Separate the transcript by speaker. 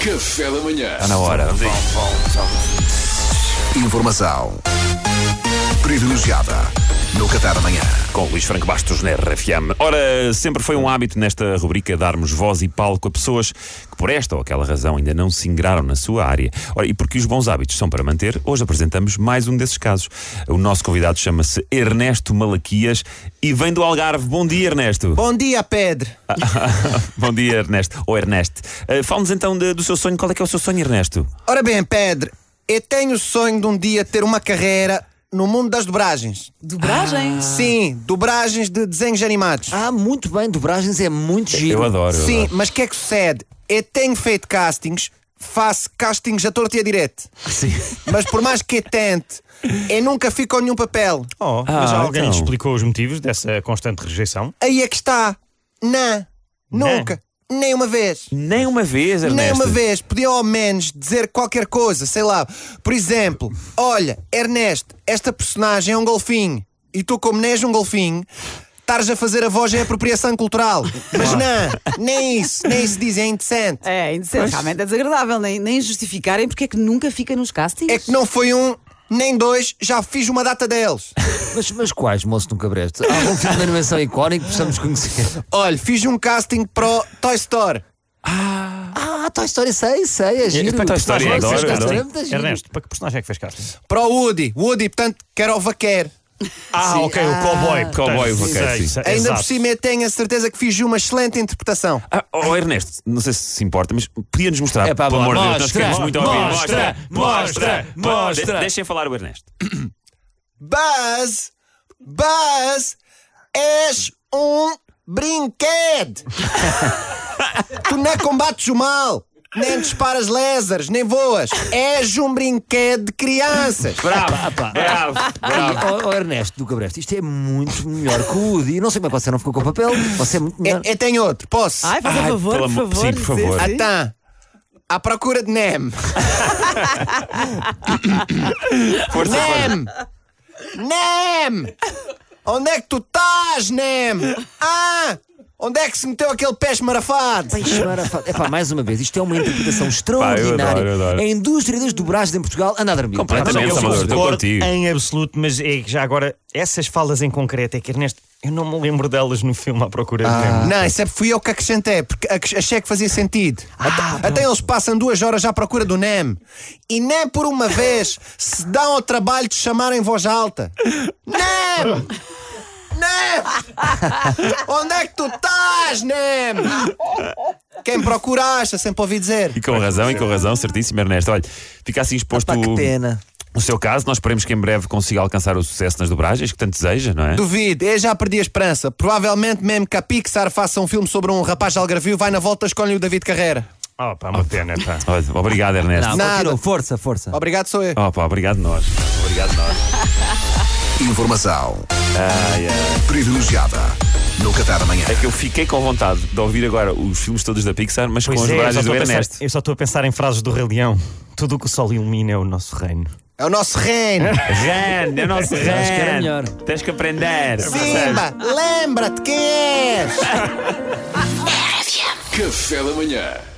Speaker 1: Café da manhã.
Speaker 2: Está na hora.
Speaker 3: Informação privilegiada no Qatar da Manhã.
Speaker 2: Com o Luís Franco Bastos na RFM. Ora, sempre foi um hábito nesta rubrica darmos voz e palco a pessoas que por esta ou aquela razão ainda não se ingraram na sua área. Ora, e porque os bons hábitos são para manter, hoje apresentamos mais um desses casos. O nosso convidado chama-se Ernesto Malaquias e vem do Algarve. Bom dia, Ernesto.
Speaker 4: Bom dia, Pedro.
Speaker 2: Bom dia, Ernesto. Ou Ernesto. Eh, Fala-nos então de- do seu sonho. Qual é que é o seu sonho, Ernesto?
Speaker 4: Ora bem, Pedro, eu tenho o sonho de um dia ter uma carreira no mundo das dobragens. Ah.
Speaker 5: Dobragens?
Speaker 4: Sim, dobragens de desenhos animados.
Speaker 6: Ah, muito bem, dobragens é muito giro.
Speaker 2: Eu adoro. eu
Speaker 4: Sim,
Speaker 2: adoro.
Speaker 4: mas o que é que sucede? Eu tenho feito castings, faço castings à torta e à direito.
Speaker 2: Sim.
Speaker 4: Mas por mais que eu tente, eu nunca fico com nenhum papel.
Speaker 7: Oh, mas
Speaker 2: Ah,
Speaker 7: alguém
Speaker 2: então.
Speaker 7: lhe explicou os motivos dessa constante rejeição?
Speaker 4: Aí é que está. Não,
Speaker 7: Não.
Speaker 4: nunca, nem uma vez.
Speaker 2: Nem uma vez, Ernesto.
Speaker 4: Nem uma vez, podia ao menos dizer qualquer coisa, sei lá. Por exemplo, olha, Ernesto, esta personagem é um golfinho e tu, como não és um golfinho, estares a fazer a voz em apropriação cultural. Mas não, nem isso, nem isso dizem, é indecente.
Speaker 5: É, indecente, realmente é desagradável. Nem, nem justificarem porque é que nunca fica nos castings.
Speaker 4: É que não foi um, nem dois, já fiz uma data deles.
Speaker 6: Mas, mas quais, moço nunca breste? Há algum filme de animação icónico que possamos conhecer?
Speaker 4: Olha, fiz um casting para o Toy Store.
Speaker 6: Ah, Toy Story 6, 6, é giro.
Speaker 2: Toy Story,
Speaker 6: Toy
Speaker 2: adoro,
Speaker 6: Story
Speaker 2: adoro.
Speaker 6: é muito giro.
Speaker 7: Ernesto, para que personagem é que fez casting?
Speaker 4: Para o Woody. Woody, portanto, que era o vaqueiro.
Speaker 7: Ah, ok, o cowboy. portanto.
Speaker 2: Cowboy, ok,
Speaker 7: Sei,
Speaker 2: sim.
Speaker 7: sei,
Speaker 4: Ainda
Speaker 7: exato.
Speaker 4: por cima, eu tenho a certeza que fiz uma excelente interpretação.
Speaker 2: Ah, oh, Ernesto, não sei se se importa, mas podia-nos mostrar,
Speaker 6: É pá,
Speaker 2: pelo
Speaker 6: bora.
Speaker 2: amor de Deus, nós
Speaker 6: Mostra,
Speaker 2: queremos muito ouvir.
Speaker 6: mostra, mostra, mostra.
Speaker 2: De- Deixem falar o Ernesto.
Speaker 4: Buzz, Buzz, és um brinquedo. tu não combates o mal, nem disparas lasers, nem voas. És um brinquedo de crianças.
Speaker 2: Bravo, bravo, bravo.
Speaker 6: Ai, oh, oh, Ernesto, nunca breste, isto é muito melhor que o Woody. Eu Não sei como é que você não ficou com o papel, você é muito melhor.
Speaker 4: Eu, eu tenho outro, posso?
Speaker 5: Ai, faz
Speaker 2: Ai,
Speaker 5: a favor,
Speaker 2: pelo
Speaker 5: por
Speaker 2: amor-
Speaker 5: favor.
Speaker 2: sim, por favor.
Speaker 5: sim.
Speaker 4: Então, à procura de Nem.
Speaker 2: Força, força.
Speaker 4: Nem! Nem! Onde é que tu estás, Nem? Ah! Onde é que se meteu aquele pés marafado?
Speaker 6: Peixe marafado. Epá, mais uma vez, isto é uma interpretação extraordinária.
Speaker 2: adoro, eu adoro.
Speaker 6: A indústria das dobragens em Portugal anda a dormir.
Speaker 2: Completamente,
Speaker 7: Eu
Speaker 2: Salvador, estou
Speaker 7: concordo
Speaker 2: é contigo.
Speaker 7: Em absoluto, mas é que já agora, essas falas em concreto, é que Ernesto, eu não me lembro delas no filme à procura
Speaker 2: Ah.
Speaker 7: de Nemo.
Speaker 4: Não, isso é, fui eu que acrescentei, porque ac- achei que fazia sentido. até, até eles passam duas horas à procura do NEM. E nem por uma vez se dão ao trabalho de chamar em voz alta. NEM! NEM! Onde é que tu estás, NEM? Quem procura acha, sempre ouvi dizer.
Speaker 2: E com razão, e com razão, certíssimo, Ernesto. Olha, fica assim exposto
Speaker 6: Pá, que
Speaker 2: o,
Speaker 6: pena.
Speaker 2: o seu caso. Nós esperemos que em breve consiga alcançar o sucesso nas dobragens que tanto deseja, não é?
Speaker 4: Duvido, eu já perdi a esperança. Provavelmente mesmo que a Pixar faça um filme sobre um rapaz de algravio, vai na volta escolhe o David Carreira.
Speaker 7: Oh, pá, uma pena, pá.
Speaker 2: Olha, obrigado, Ernesto.
Speaker 6: Não,
Speaker 4: Nada.
Speaker 6: continua, força, força.
Speaker 4: Obrigado, sou eu.
Speaker 2: Opa, obrigado nós. Obrigado nós.
Speaker 3: Informação privilegiada no Qatar da Manhã.
Speaker 2: É que eu fiquei com vontade de ouvir agora os filmes todos da Pixar, mas com
Speaker 7: Pois
Speaker 2: as
Speaker 7: é, eu só
Speaker 2: dobragens
Speaker 7: estou
Speaker 2: do
Speaker 7: a pensar-
Speaker 2: Ernesto.
Speaker 7: eu só estou a pensar em frases do Rei Leão. Tudo o que o sol ilumina é o nosso reino.
Speaker 4: É o nosso reino.
Speaker 2: Ren, é o nosso
Speaker 6: que era
Speaker 2: Ren.
Speaker 6: melhor.
Speaker 2: Tens que aprender.
Speaker 4: Simba, lembra-te quem és.
Speaker 1: Café da manhã.